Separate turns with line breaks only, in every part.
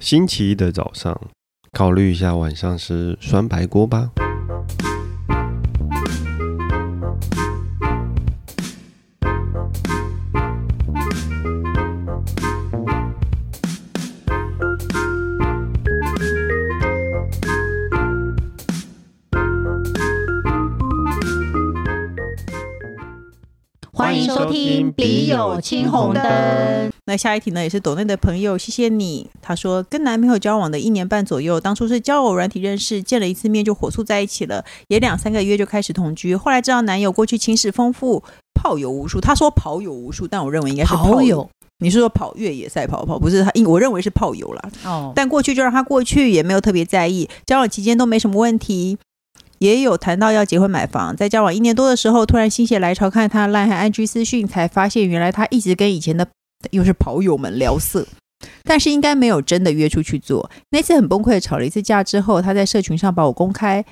星期一的早上，考虑一下晚上吃酸白锅吧。
欢迎收听《笔友青红灯》。
那下一题呢，也是抖内的朋友，谢谢你。他说，跟男朋友交往的一年半左右，当初是交友软体认识，见了一次面就火速在一起了，也两三个月就开始同居。后来知道男友过去情史丰富，炮友无数。他说炮友无数，但我认为应该是炮
好友
你是说跑越野赛跑跑，不是他？因我认为是炮友啦。
哦，
但过去就让他过去，也没有特别在意。交往期间都没什么问题，也有谈到要结婚买房。在交往一年多的时候，突然心血来潮看他 LINE 和 IG 私讯，才发现原来他一直跟以前的又是跑友们聊色。但是应该没有真的约出去做。那次很崩溃，吵了一次架之后，他在社群上把我公开。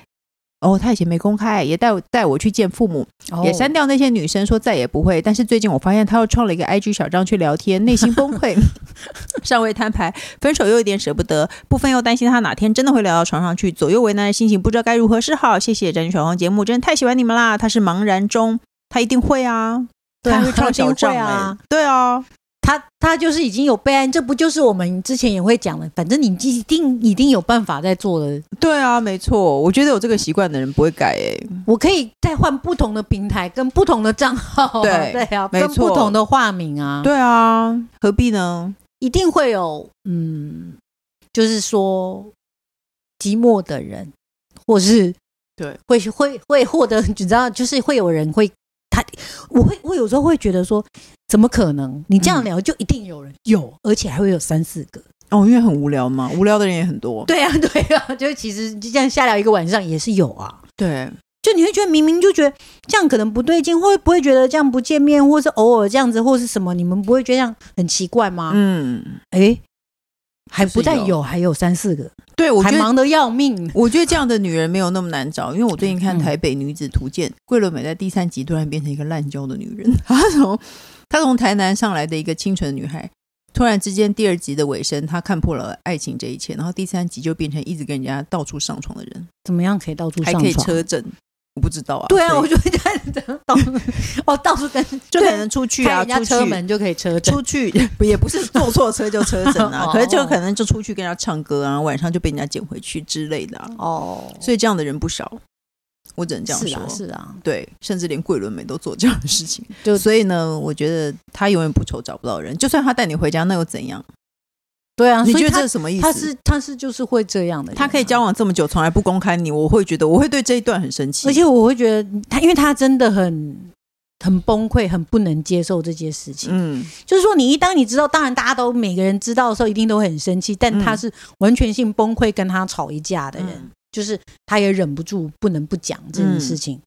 哦，他以前没公开，也带我带我去见父母，
哦
也删掉那些女生，说再也不会。但是最近我发现他又创了一个 IG 小账去聊天，内心崩 溃，尚未摊牌，分手又有点舍不得，部分又担心他哪天真的会聊到床上去，左右为难的心情，不知道该如何是好。谢谢宅女小红节目，真的太喜欢你们啦！他是茫然中，他一定会啊，
对啊
他会创新
他一定
会
会
啊
啊，
对啊，
他他就是已经有备案，这不就是我们之前也会讲的，反正你一定一定有办法在做的。
对啊，没错，我觉得有这个习惯的人不会改诶、
我可以再换不同的平台，跟不同的账号啊，
对
对啊，
没
跟
错
不同的化名啊，，
对啊，何必呢？
一定会有，嗯，就是说寂寞的人，或是
对
会会会获得，你知道，就是会有人会。他，我会，我有时候会觉得说，怎么可能？你这样
嗯
聊，就一定有人、有，而且还会有三四个。
哦，因为很无 聊嘛，无聊的人也很多。
对啊，对啊， 就是其实就这样下聊一个晚上也是有啊。
对，
就你会觉得明明就觉得这样可能不对劲，会不会觉得这样不见面，或是偶尔这样子，或是什么？你们不会觉得这样很奇怪吗？
嗯，
诶，还
就是
不但
有
有，还有三四个，
对，我觉
还
得
忙得要命。
我觉得这样的女人没有那么难找，因为我
嗯
最近看《台北女子图鉴》桂纶镁在第三集突然变成一个滥交的女人。 她从她从台南上来的一个清纯女孩，突然之间第二集的尾声，她看破了爱情这一切，然后第三集就变成一直跟人家到处上床的人，
怎么样可以到处
还
上
可以
床？
车震，我不知道啊。
对啊，我
所以
就会这样子到 处哦，到处跟
就
对
可能出 去
开
啊，
人家
出
车
去
门就可以车震。
出去 也不是坐错车就车震 啊，
哦
可是就可能就出去跟人家唱歌啊，然后晚上就被人家捡回去之类的啊。
哦，
所以这样的人不少，我只能这样说。
是啊，是啊，
对，甚至连桂纶镁都做这样的事情。
就
所以呢，我觉得他永远不愁找不到人，就算他带你回家，那又怎样？
对啊，
你
所以
觉得这
他
是什么意思？
他是他是就是会这样的人啊，
他可以交往这么久，从来不公开你，我会觉得我会对这一段很生气。
而且我会觉得他，因为他真的很很崩溃，很不能接受这件事情。
嗯，
就是说，你一当你知道，当然大家都每个人知道的时候，一定都会很生气，但他
嗯
是完全性崩溃，跟他吵一架的人，
嗯
就是他也忍不住不能不讲这件事情。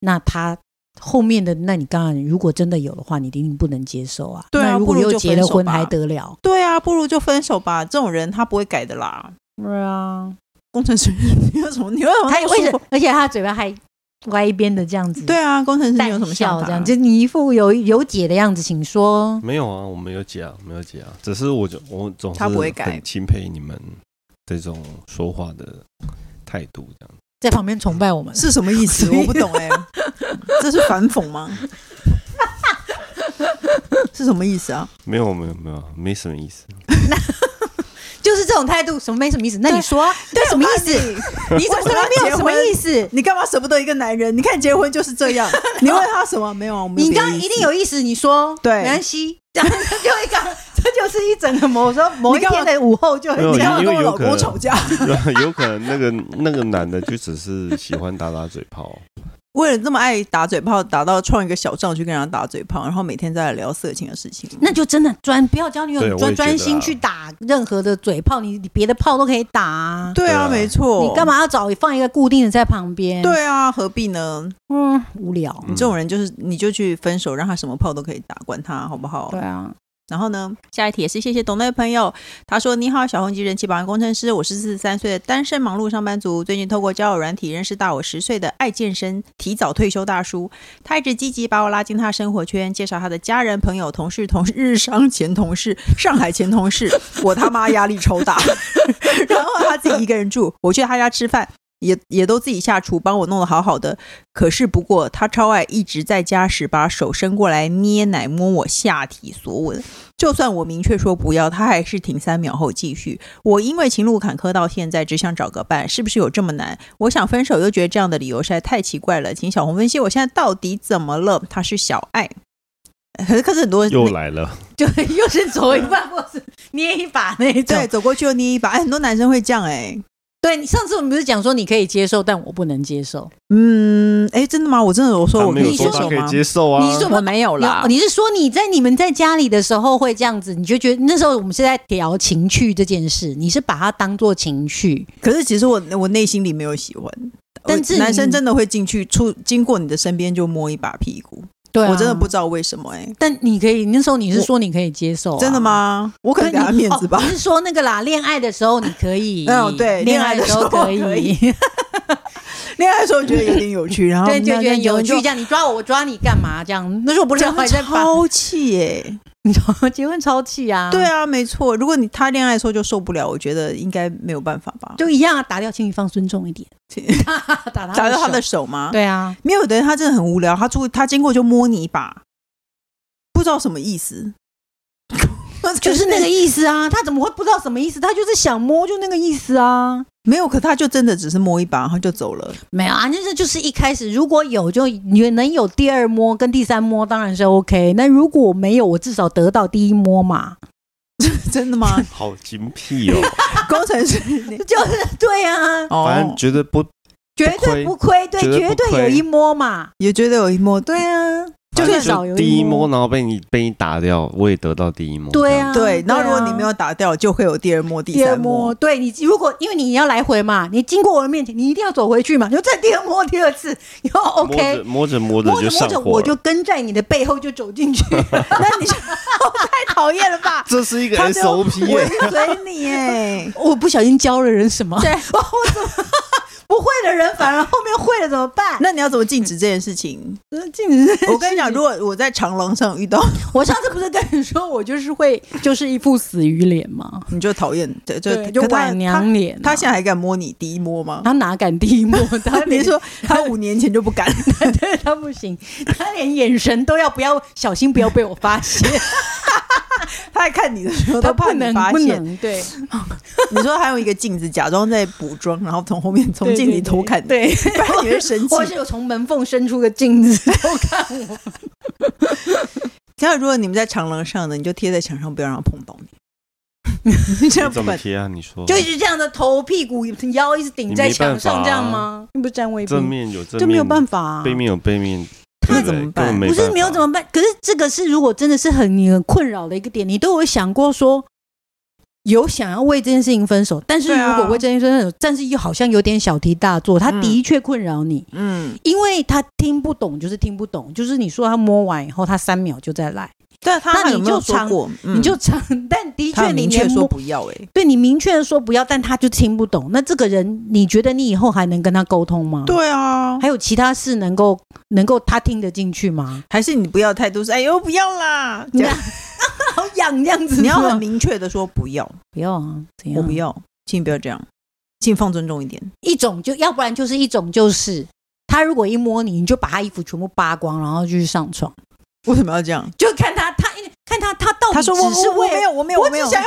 那他后面的，那你当然如果真的有的话，你一定不能接受啊。
对啊
那如果
不如
又
就
结了
分手
婚，
吧
还得了？
对啊，不如就分手吧。这种人他不会改的啦。
对啊，
工程师， 你有什么？你有什么？
他也会忍
说，
而且他嘴巴还歪一边的这样子，
对，啊，工程师，你
淡
有什么想
笑
法？啊
这样，就你一副有有解的样子，请说。
没有啊，我没有解啊，没有解啊，只是我就我总是
他不会改
很钦佩你们这种说话的态度，这样。
在旁边崇拜我们。
是什么意思？
所以
我不懂哎、这是反讽吗？ 是什么意思啊？
没有没有没有，没什么意 思。
就是这种态度，什么没什么意思？那你说啊，
对
那什么意思？
思？你
你
怎
怎
么
么说没
跟他
有什么意
思？
思？
你干嘛舍不得一个男人？你看结婚就是这 样，你问他什么？没有，我没有
你
别的
刚刚
意思
一定。有意思，你说
对
没关系， 然后就一个，这就是一整个某说某一
你干嘛
天的午后就
没有
你干嘛
因
跟
为
我
有
老
可能
公吵架？
有可能那个那个男的就只是喜欢打打嘴炮，
为了这么爱打嘴炮，打到创一个小账去跟人家打嘴炮，然后每天在那聊色情的事情。
那就真的专不要交女
对
友，
我也
专
觉得啊
专心去打任何的嘴炮，你你别的炮都可以打啊。
对
对
啊，
啊
没错。
你干？嘛要找放一个固定的在旁边？，
对啊，何必呢？
嗯，无聊。
哦
你这种人就是，你就去分手，让他什么炮都可以打，管他好不好？
对啊，
然后呢，下一题也是谢谢董内朋友，他说：“你好，小红级人气保安工程师，我是四十三岁的单身忙碌上班族，最近透过交友软体认识大我十岁的爱健身、提早退休大叔，他一直积极把我拉进他生活圈，介绍他的家人、朋友、同事、同事日商前同事、上海前同事，我他妈压力超大。 然后他自己一个人住，我去他家吃饭。”也也都自己下厨帮我弄得好好的，可是不过他超爱一直在家时把手伸过来捏奶摸我下体所吻，就算我明确说不要，他还是停三秒后继续。我因为情路坎坷到现在，只想找个伴，是不是有这么难？我想分手，又觉得这样的理由实在太奇怪了。请小红分析我现在到底怎么了？他是小爱， 可是可是很多
嗯
人
又来了，
对，又是走一半或是捏一把那一种
对。走过去又捏一把，哎，很多男生会这样哎、
对，你上次我们不是讲说你可以接受，但我不能接受。
嗯，哎，真的吗？我真的有说
他
我可
没有
以接
说
受
他可
吗
以？接受啊。
你说
我没有啦
哦，你是说你在你们在家里的时候会这样子，你就觉得那时候我们是在聊情趣这件事，你是把它当做情趣，
可是其实我我内心里没有喜欢，
但是
我男生
你
真的会进去出经过你的身边就摸一把屁股，
对、啊
我真的不。知道为什么哎、
但你可以，那时候你是说你可以接受啊、
真的吗？我可能给他面子吧
哦。你是说那个啦，恋爱的时候你可 以，
嗯对
恋爱的时候可
恋爱的时候可
以，
恋爱的时候觉得有点有趣，然后
对，就
那
觉得
那
有趣，
就
这样你抓我，我抓你干嘛？这样那时候不是
真
还
的
在嗯把
超气哎、
你知道吗？结婚超气啊，
对，啊，没错。如果你他恋爱的时候就受不了，我觉得应该没有办法吧？
就一样啊，打掉，请你放尊重一 点， 打他
找到他的
手，
手吗？，
对啊，
没有的人他真的很无聊，他出他经过就摸你一把，不知道什么意思。
就是那个意思啊，他怎么会不知道什么意思？他就是想摸，就那个意思啊。
没有，可他就真的只是摸一把，然后就走 了。
没有啊，那这就是一开始如果有就你能有第二摸跟第三摸，当然是 OK。那如果没有，我至少得到第一摸嘛，
真的吗？
好精辟 哦，
工程师，你
就是对啊，
反正
哦，
觉得不
绝对不亏，对，
绝对
绝
不亏
对有一摸嘛，
也觉得有一摸，对
对啊，
反
最
正
少有
就第
一
一摸，然后被你被你打掉，我也得到第一摸。
对
这样
啊，
对。然后如果
对啊
你没有打掉，就会有第二摸、第
第二
三
摸，
摸。
对你如果因为你要来回嘛，你经过我的面前，你一定要走回去嘛，你就再第二摸第二次，以后 OK。
摸着摸着
摸
就
着摸
上
着，
火
我就
了。
跟在你的背后就走 进去，。
那你就太讨厌了吧？
这是一个
他就
SOP
尾
耶，
随你哎
我不小心教了人什么？
对
我怎么 不会的人，反而后面会了怎么办？
那你要怎么禁止这件 事情？
那禁止
我跟你讲，如果我在长廊上遇到，
我上次不是跟你说，我就是会，就是一副死鱼脸吗？
你就讨厌，对，就
就
可他
晚娘脸啊、
他。他现在还敢摸你第一摸吗？
他哪敢第一 摸？他
你
连
说他五年前就不敢，
对他不行，他连眼神都要不要小心，不要被我发现。
他在看你的时候，
他
他
不
怕你
能
发
不
现。
能 对，
你说他用一个镜子假装在补妆，然后从后面从镜里 偷看你，
对，
不然你会生气
或。是有从门缝伸出个镜子偷看我。
那如果你们在长廊上呢，你就贴在墙上，不要让他碰到 你。你这样
你
不
怎么
管，
贴啊？你说
就一直这样的头、屁股、腰一直顶在墙上，
你没办法啊
这样吗？你不是占位
正
兵，
面有正面，
就没有办法、啊。
背面有背面，
那
对不对
怎么办
根本没
不是
办
没有
法
怎么办？可是这个是如果真的是很你很困扰的一个点，你都有想过说有想要为这件事情分手，但是
对啊
如果为这件事情分手，但是又好像有点小题大做，他
嗯
的确困扰你，
嗯，
因为他听不懂，就是听不懂，就是你说他摸完以后，他三秒就再来，
对啊，他
那你
有没有
就
说
长
过？嗯
你就长，但的
他
确
很
你
明确
连
说
摸，
不要哎、欸
对你明确的说不要，但他就听不懂，那这个人你觉得你以后还能跟他沟通吗？。
对啊，
还有其他事能够能够他听得进去吗？
还是你不要态度是哎呦不 要啦，这样
好哦痒这样子，哦
你要很明确的说不要，
不要啊，怎样？
我不要，请不要这样，请放尊重一点。
一种就要不然就是一种就是他如果一摸你，你就把他衣服全部扒光，然后就去上床，
为什么要这样？
就看他他看他他到底
他说
哦只
我
是
我我
为
没有我没有
我只
没有
想要摸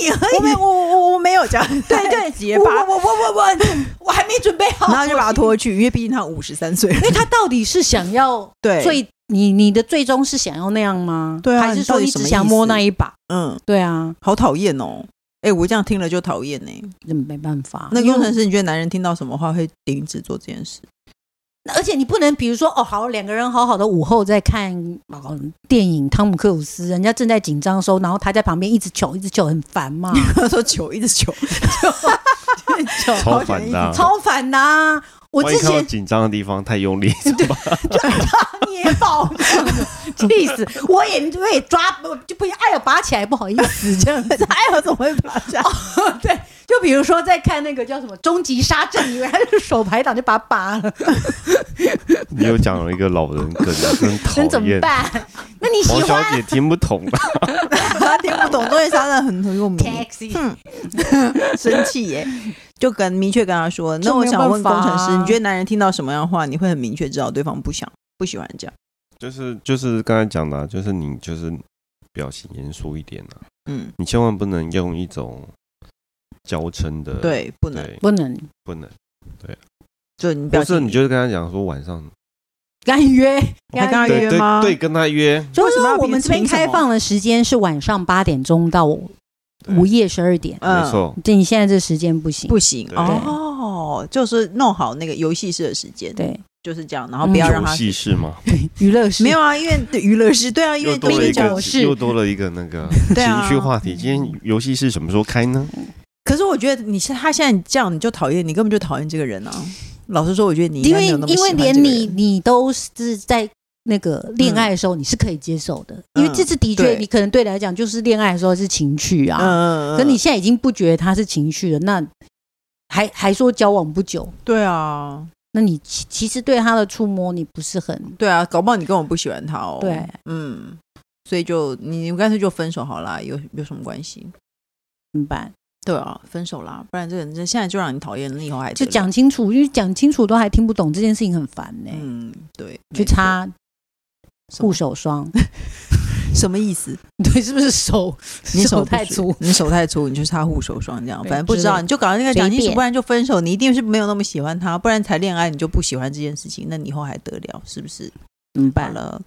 你而已，
我没有我我我没有这样，
对对
结
我
巴，
我我我我我我还没准备好，
然后就把他拖回去，因为毕竟他五十三岁了
我，因，为他到底是想要
对，
最你你的最终是想要那样吗？
对啊
还是说
你
你
到底什么
只
意思
想摸那一把？
嗯，
对啊，
好讨厌哦。哎、我这样听了就讨厌呢、
那没办法，
那
因为
工程师，你觉得男人听到什么话会停止做这件事？
而且你不能，比如说哦，好，两个人好好的午后在看哦电影，汤姆克鲁斯，人家正在 紧张的时候，然后他在旁边一直求，一直求，很烦嘛。
他说求，一直求，久，
超烦的啊
超烦呐、我
万一
之
看到
前
紧张的地方太用力， 怎么办？
捏爆，气死！我也我也抓就不行，哎呀，拔起来不好意思这样 子。哦
还哎有怎么会爬下？
对，就比如说在看那个叫什么《终极杀阵》，以为他是手排挡就把他拔了，
你又讲了一个老人梗，真
能
讨
怎么
厌。
办？ 那你
黄
喜
小
欢
姐听不懂，
他听不懂，终于杀的很很 有名，嗯
taxi？
生气耶，就跟明确跟他 说。那
就
我
没有
想问
办
工
法啊
程师，你觉得男人听到什么样的话，你会很明确知道对方不想不喜欢这样？
就是就是刚才讲的啊、就是你就是表情严肃一点啊，
嗯，
你千万不能用一种娇嗔的，
对，不能，
对，
不能
不能，
就你表
不
情
是你就是跟他讲说晚上
敢约，
我还跟他
约。
对
约吗
对对，跟他约，
就
为
是
什么要
说我们这边
凭什么
开放的时间是晚上八点钟到午
对
夜十二点，
嗯
没错，
对你现在这时间不行。
不行
对
哦，就是弄好那个游戏室的时间，
对，
就是这样，然后不要让
游
他
戏是吗？
娱乐是
没有啊，因为对娱乐室对啊，因 为
又多了
对
一
讲
个
我是
又多了一个那个
对啊
情绪话题。今天游戏是什么时候开呢？
可是我觉得你是他现在这样，你就讨厌，你根本就讨厌这个人啊。老实说，我觉得你应
因
该没
为
有那么
因
喜
为
欢
连
这个人
你你都是在那个恋爱的时候，你是可以接受的，因为这次的确
嗯对
你可能对你来讲就是恋爱的时候是情趣
嗯
啊，
嗯，嗯
可你现在已经不觉得它是情趣了，那还还说交往不久，
对啊，
那你其其实对他的触摸你不是很
对啊，搞不好你根本不喜欢他哦。
对，
嗯，所以就你干脆就分手好啦，有有什么关系？
明白，
对啊，分手啦，不然这个人真现在就让你讨厌，你以后还
就
这样。
讲清楚，因为讲清楚都还听不懂这件事情很烦呢、
嗯，对，
去擦
什么
护手霜，
没错什么意思？
对，是不是手
你
手
不
太
是
粗？，
你手太粗，你去擦护手霜这样，
对
反正不知
之
道
类
你就搞那个讲清
随
楚，
便
不然就分手。你一定是没有那么喜欢他，不然才恋爱你就不喜欢这件事情，那你以后还得了是不是？
明白
好了。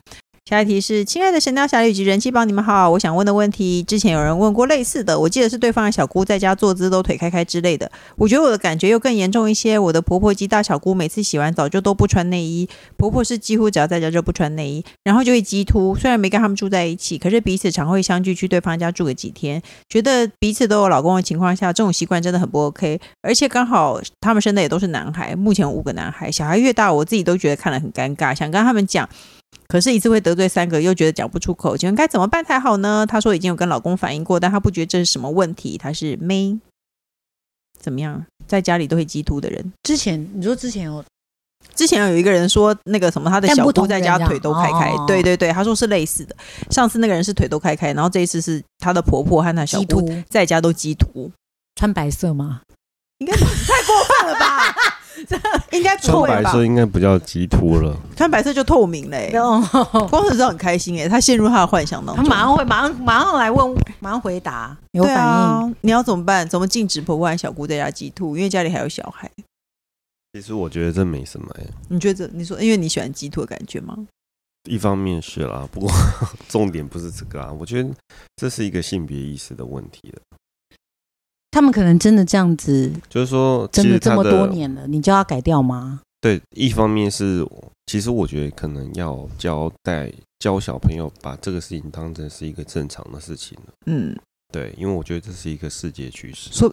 下一题是：亲爱的《神雕侠侣》及人气榜，你们好。我想问的问题，之前有人问过类似的，我记得是对方的小姑在家坐姿都腿开开之类的。我觉得我的感觉又更严重一些。我的婆婆及大小姑每次洗完澡就都不穿内衣，婆婆是几乎只要在家就不穿内衣，然后就会激突。虽然没跟他们住在一起，可是彼此常会相聚去对方家住个几天。觉得彼此都有老公的情况下，这种习惯真的很不 OK。而且刚好他们生的也都是男孩，目前五个男孩，小孩越大，我自己都觉得看了很尴尬，想跟他们讲。可是，一次会得罪三个，又觉得讲不出口，请问该怎么办才好呢？她说已经有跟老公反映过，但她不觉得这是什么问题。她是 May，怎么样？在家里都会激突的人。
之前你说之前有
之前有一个人说，那个什么，他的
但
小
不
姑
同
在
人
家
这样
腿都开开，
哦
对对对，他说是类似的。上次那个人是腿都开开，然后这一次是她的婆婆和她小
基
姑
督
在家都激突，
穿白色 吗？
应该太过分了吧？ 应该
穿
不会
白
吧？
色应该不叫极突了，
穿白色就透明嘞、
哦，
光头知道很开心哎、他陷入他的幻想当
他
中。
马上会马上马上来问，马上回答，有
对
反应。
啊，你要怎么办？怎么禁止婆婆和小姑在家鸡兔？因为家里还有小孩。
其实我觉得这没什么、欸。
你觉得？你说，因为你喜欢鸡兔的感觉吗？
一方面是啦，不过 重点不是这个啊，我觉得这是一个性别意识的问题了。
他们可能真的这样子，
就是说，其
真
实
的这
他
么
的
多年了，你就要改掉吗？
对，一方面是，其实我觉得可能要交代教小朋友把这个事情当成是一个正常的事情了
嗯，
对，因为我觉得这是一个世界趋势。
说，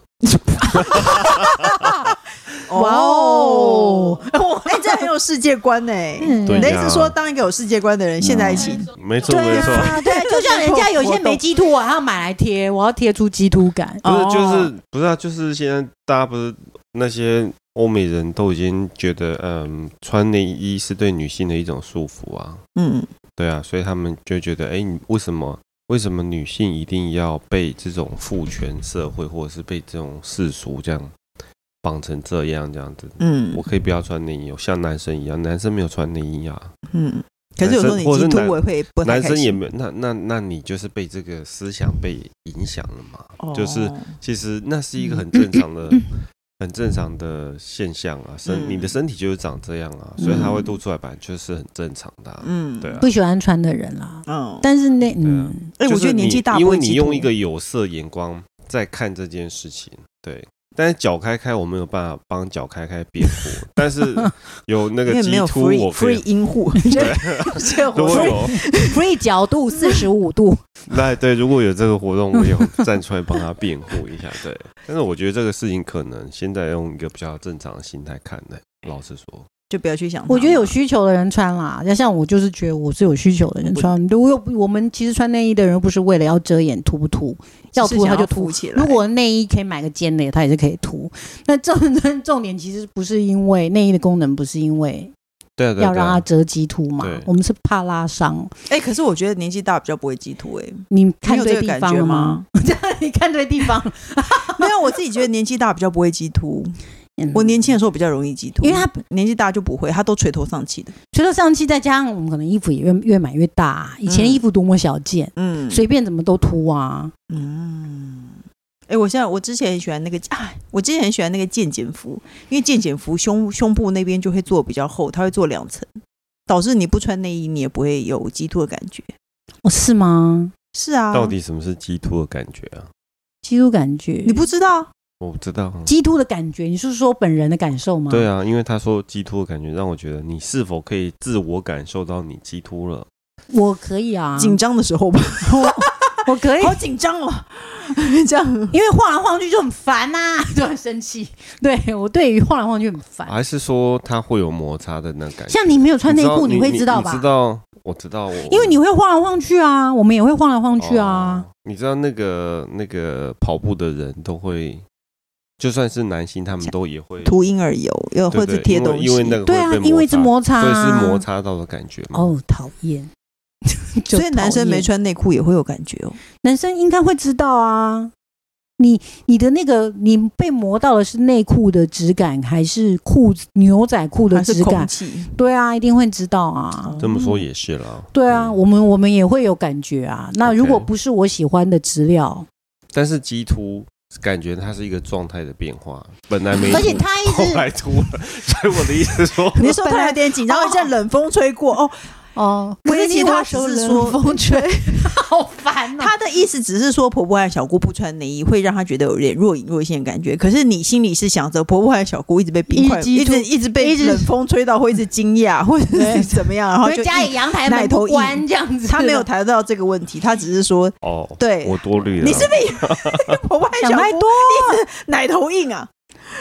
哇哦，
哎、这很有世界观呢、
嗯
对啊
你的意
呀
思说，当一个有世界观的人，现在一起，
没错，没
对
错。
啊，对啊，就像人家有些没鸡突，我还要买来贴，我要贴出鸡突感。
不是，就
哦
是不是啊？就是现在大家不是那些欧美人都已经觉得，嗯，穿内衣是对女性的一种束缚啊，
嗯，
对啊，所以他们就觉得，哎、你为什么为什么女性一定要被这种父权社会或者是被这种世俗这样绑成这样这样子？
嗯
我可以不要穿内衣，我像男生一样，男生没有穿内衣啊，
嗯。可是有时候
男
你
生或者
鸡
是
兔，
男
我也会不太
男
开
生也
心。
没有，那那那你就是被这个思想被影响了嘛？就是
哦
其实那是一个
嗯
很正常的、很正常的现象啊。身
嗯
你的身体就是长这样啊，
嗯
所以它会凸出来，本来就是很正常的啊。
嗯，
对啊
不喜欢穿的人啦，
嗯，
但是那
对啊
嗯，
哎、
就
我觉
是
得年纪大不
因
会
为
鸡兔，
你用一个有色眼光在看这件事情，对，但是脚开开我没有办法帮脚开开辩 护，但是有那
因
个
为没
鸡
有
突
free
我可
free
以。
阴户，
如果
这活动
有
free 角度四十五度，
那对，如果有这个活动，我也会站出来帮他辩护一下。对，但是我觉得这个事情可能现在用一个比较正常的心态看的。老实说，
就不要去想它嘛。
我觉得有需求的人穿啦。要像我就是觉得我是有需求的人穿。我又我们其实穿内衣的人又不是为了要遮掩凸不凸，要
就是
凸
想
它
要
就
凸
凸
起来。
如果内衣可以买个尖的，它也是可以涂。那重重点 其实不是因为内衣的功能，不是因为
对啊，对啊
要让它遮肌凸嘛
对，
我们是怕拉伤。
哎、可是我觉得年纪大比较不会激突哎、
你
你
看
有这
对
个
地
感
方
觉
了吗？？ 你看对地方了，
没有，我自己觉得年纪大比较不会激突。
嗯
我年轻的时候比较容易激突，
因为它
年纪大就不会，他都垂头丧气的。
除了上期，再加上我们可能衣服也越越买越大、以前
嗯
衣服多么小件，
嗯，
随便怎么都凸啊。
嗯，哎、我现在我之前很喜欢那个，哎，我之前很喜欢那个健检服，因为健检服胸胸部那边就会做比较厚，它会做两层，导致你不穿内衣，你也不会有激突的感觉。
哦，是吗？
是啊，
到底什么是鸡突的感觉啊？
基督感觉，
你不知道？
我不知道啊。
基督的感觉，你是说本人的感受吗？
对啊，因为他说鸡突的感觉，让我觉得你是否可以自我感受到你鸡突了？
我可以啊，
紧张的时候吧，
我可以，
好紧张哦， 这样。
因为晃来晃去就很烦 呐、就很生气。对我对于晃来晃去很烦。
还是说它会有摩擦的那感觉？
像你没有穿内裤，
你
会
你
知道吧？
你知道，我知道我，
因为你会晃来晃去啊，我们也会晃来晃去啊。
哦你知道那个那个跑步的人都会，就算是男性，他们都也会，
涂婴儿油，又
对
或
对
者贴
因为
东西，
因为那个
对啊
哦会被，
因为是摩擦、
所以
啊，
是摩。擦到的感觉嘛。
哦，讨厌。 就
所以男生
讨厌
没，穿内裤也会有感觉哦。
男生应该会知道啊。你你的那个，你被磨到的是内裤的质感，还是裤子牛仔裤的
还是
质
空
感？
气，
对啊，一定会知道啊。
这么说也是啦。
对啊，
嗯
我们我们也会有感觉啊。那
OK
如果不是我喜欢的资料，
但是鸡突感觉它是一个状态的变化，本来没突，
而且他一
后来
直
突了，所以我的意思说，
你说他有点紧张，
本
一
来
阵冷风吹过哦。
哦，
可是其实他
我手
只是
冷
说
风吹，好 烦哦。
他的意思只是说，婆婆和小姑不穿内衣会让她觉得有点若隐若现的感觉。可是你心里是想着，婆婆和小姑一直被冰块，
一直激
一直
突
一直被
一直
冷风吹到，会一直惊 讶，或者是
对
怎么样，然后
因
就
为家里阳台
奶
门
头
不
硬
关这样子，
他没有谈到这个问题，他只是说，
哦，
对
我多虑了。
你是不是也婆婆和小
想
姑
太多，
奶头硬啊？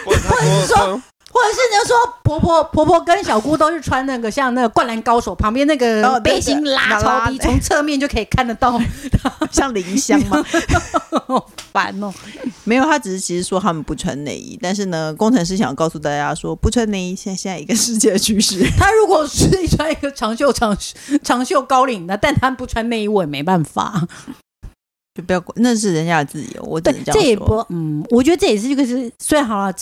或者
是说或者是你就说婆婆婆婆跟小姑都是穿那个像那个灌篮高手旁边那
哦
个
对
背心
对
拉
拉
超低，
的
从侧面就可以看得 到，
像林香吗？
好烦哦。
没有，他只是其实说他们不穿内衣，但是呢，工程师想告诉大家说，不穿内衣现在现在一个世界的趋势。
他如果是穿一个长袖长长袖高领的，但他不穿内衣，我也没办法。
就不要管，那是人家的自由，我只
对
能，这
这也
样说。
不，嗯，我觉得这也是一个是，虽然好了，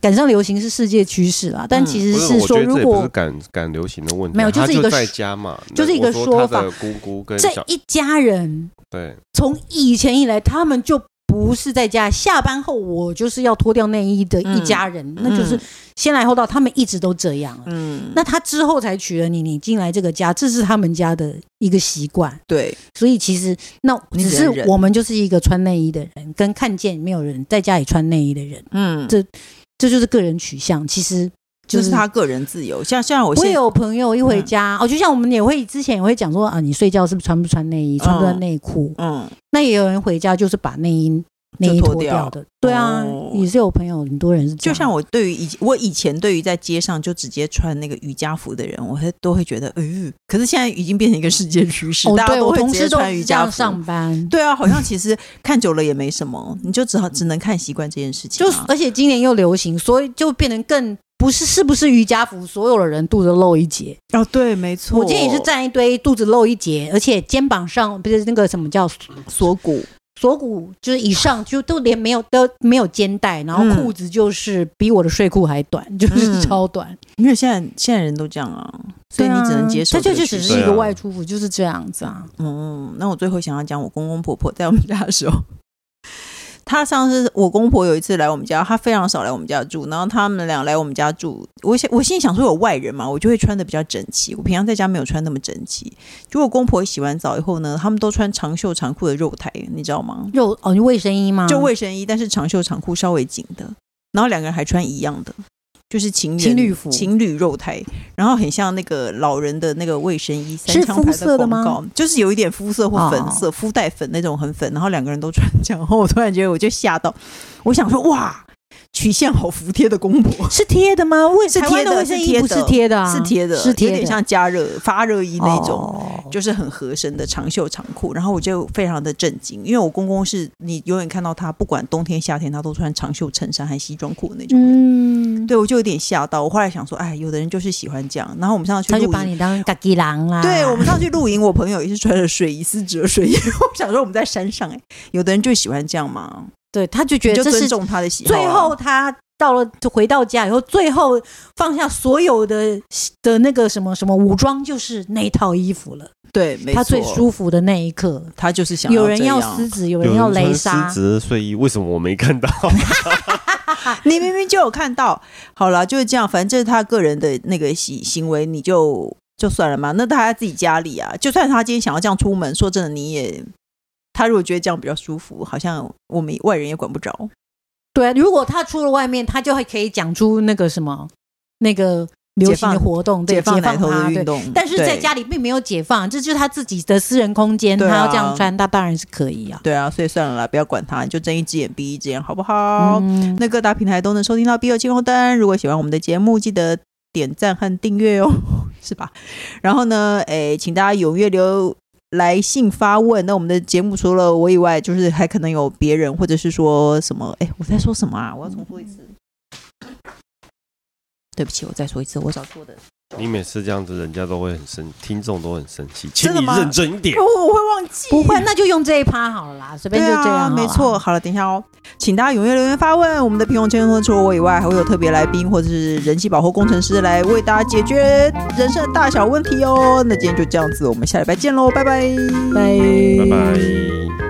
赶上流行是世界趋势啦，
嗯
但其实
不是，我觉
说
得
如
这也不
果
是赶赶流行的问题，
没有
他
就是
就
一个
在家嘛，那
就是一个
我说
说法
他的姑姑跟
这
小
一家人
对，
从以前以来，他们就不是在家下班后，我就是要脱掉内衣的一家人，那就是
嗯
先来后到，他们一直都这样啊。
嗯，
那他之后才娶了你，你进来这个家，这是他们家的一个习惯。
对，
所以其实那
你
只
只
是
能忍
我们就是一个穿内衣的人，跟看见没有人在家里穿内衣的人，
嗯，
这这就是个人取向。其实就
就
是是
他个人自由。像像我嗯
我也
现在
有朋友一回家、哦，就像我们也会之前也会讲说啊，你睡觉是不是穿不穿内衣，穿不穿内裤？
嗯，
那也有人回家就是把内衣
就
内衣
脱
脱
掉
掉的，对啊，
哦
也是有朋友很多人是这
就
样
像我对于以我以前对于在街上就直接穿那个瑜伽服的人，我会都会觉得，嗯、可是现在已经变成一个世界趋势，
哦，
大家
对
都
我
会直
同
接
事都
穿瑜
是这
伽
样
服。
上班。
对啊，好像其实看久了也没什么，你就只好只能看习惯这件事情、
就
啊。
而且今年又流行，所以就变成更不是是不是瑜伽服，所有的人肚子露一截，
哦，对，没错。
我建议是站一堆，肚子露一截，而且肩膀上不是那个什么叫
锁骨，
锁骨，就是以上就都连没有都没有肩带，然后
嗯
裤子就是比我的睡裤还短，就
嗯
是超短，
因为现在现在人都这样啊，
对
所以
啊
你只能接受
它
这
就
个
就
趋
只
势。
是一
对
个
啊
外出服，就是这样子啊。
嗯，那我最后想要讲我公公婆婆在我们家的时候， 她上次我公婆有一次来我们家，她非常少来我们家住，然后他们俩来我们家住，我想我心里想说有外人嘛，我就会穿的比较整齐，我平常在家没有穿那么整齐。结果公婆洗完澡以后呢，他们都穿长袖长裤的肉台，你知道吗？
肉哦，你卫生衣吗？
就卫生衣，但是长袖长裤稍微紧的。然后两个人还穿一样的，就是情人
情侣服
情侣肉胎，然后很像那个老人的那个卫生衣，三
是
枪牌
肤色的吗哦
广告就是有一点肤色或粉色，肤带粉那种很粉，然后两个人都穿这样，然后我突然觉得我就吓到，我想说哇，曲线好服帖的公婆，
是贴的吗？卫
是
台
贴的
湾卫生
是贴
衣
的
不是贴的啊，
是贴的，
是贴
有
的，
点像加热发热衣那种。
哦
就是很合身的长袖长裤，然后我就非常的震惊，因为我公公是你永远看到他，不管冬天夏天，他都穿长袖衬衫和西装裤的那种。
嗯，
对，我就有点吓到。我后来想说，哎，有的人就是喜欢这样。然后我们上次去
他
露
就把
营，
你当嘎吉狼啦。
对我们上次去露营，我朋友也是穿着睡衣，丝质的睡衣。我想说我们在山上、哎，有的人就喜欢这样嘛，
对，他就
你
觉得
就
这
尊
是
重他的喜好啊、
最后他到了回到家以后，最后放下所有的的那个什么什么武装，就是那套衣服了。
对，没错，
他最舒服的那一刻，
他就是想
有人要
这样
狮子，有
有
人要
穿
雷莎
丝，质的睡衣，为什么我没看到？
你明明就有看到，好了，就是这样，反正这是他个人的那个行行为，你就就算了嘛。那他在自己家里啊，就算他今天想要这样出门，说真的，你也他如果觉得这样比较舒服，好像我们外人也管不着。
对，啊如果他出了外面，他就会可以讲出那个什么那个流行的活动，对，
解
解
放
放
奶头的
他，
运
对。
动，
但是在
对
家里并没有解放，这就是他自己的私人空间，
对啊
他要这样穿，他当然是可以啊。
对啊，所以算了啦，不要管他，你就睁一只眼闭一只眼，好不好？
嗯
那各大平台都能收听到《B 友金红灯》。如果喜欢我们的节目，记得点赞和订阅哦，是吧？然后呢，诶，请大家踊跃留来信发问。那我们的节目除了我以外，就是还可能有别人，或者是说什么？诶，我在说什么啊？我要重说一次。对不起，我再说一次，我找错的。
你每次这样子，人家都会很生，听众都很生气，请
真的
你
吗
认真一点
哦，。 我会忘记。
不会，那就用这一趴好了啦，随便就这样好了、
啊没错。好了，等一下哦，请大家踊跃留言发问。我们的平庸圈呢，除了我以外，还会有特别来宾或者是人气保护工程师来为大家解决人生的大小问题哦。那今天就这样子，我们下礼拜见喽，拜拜。
拜
拜拜。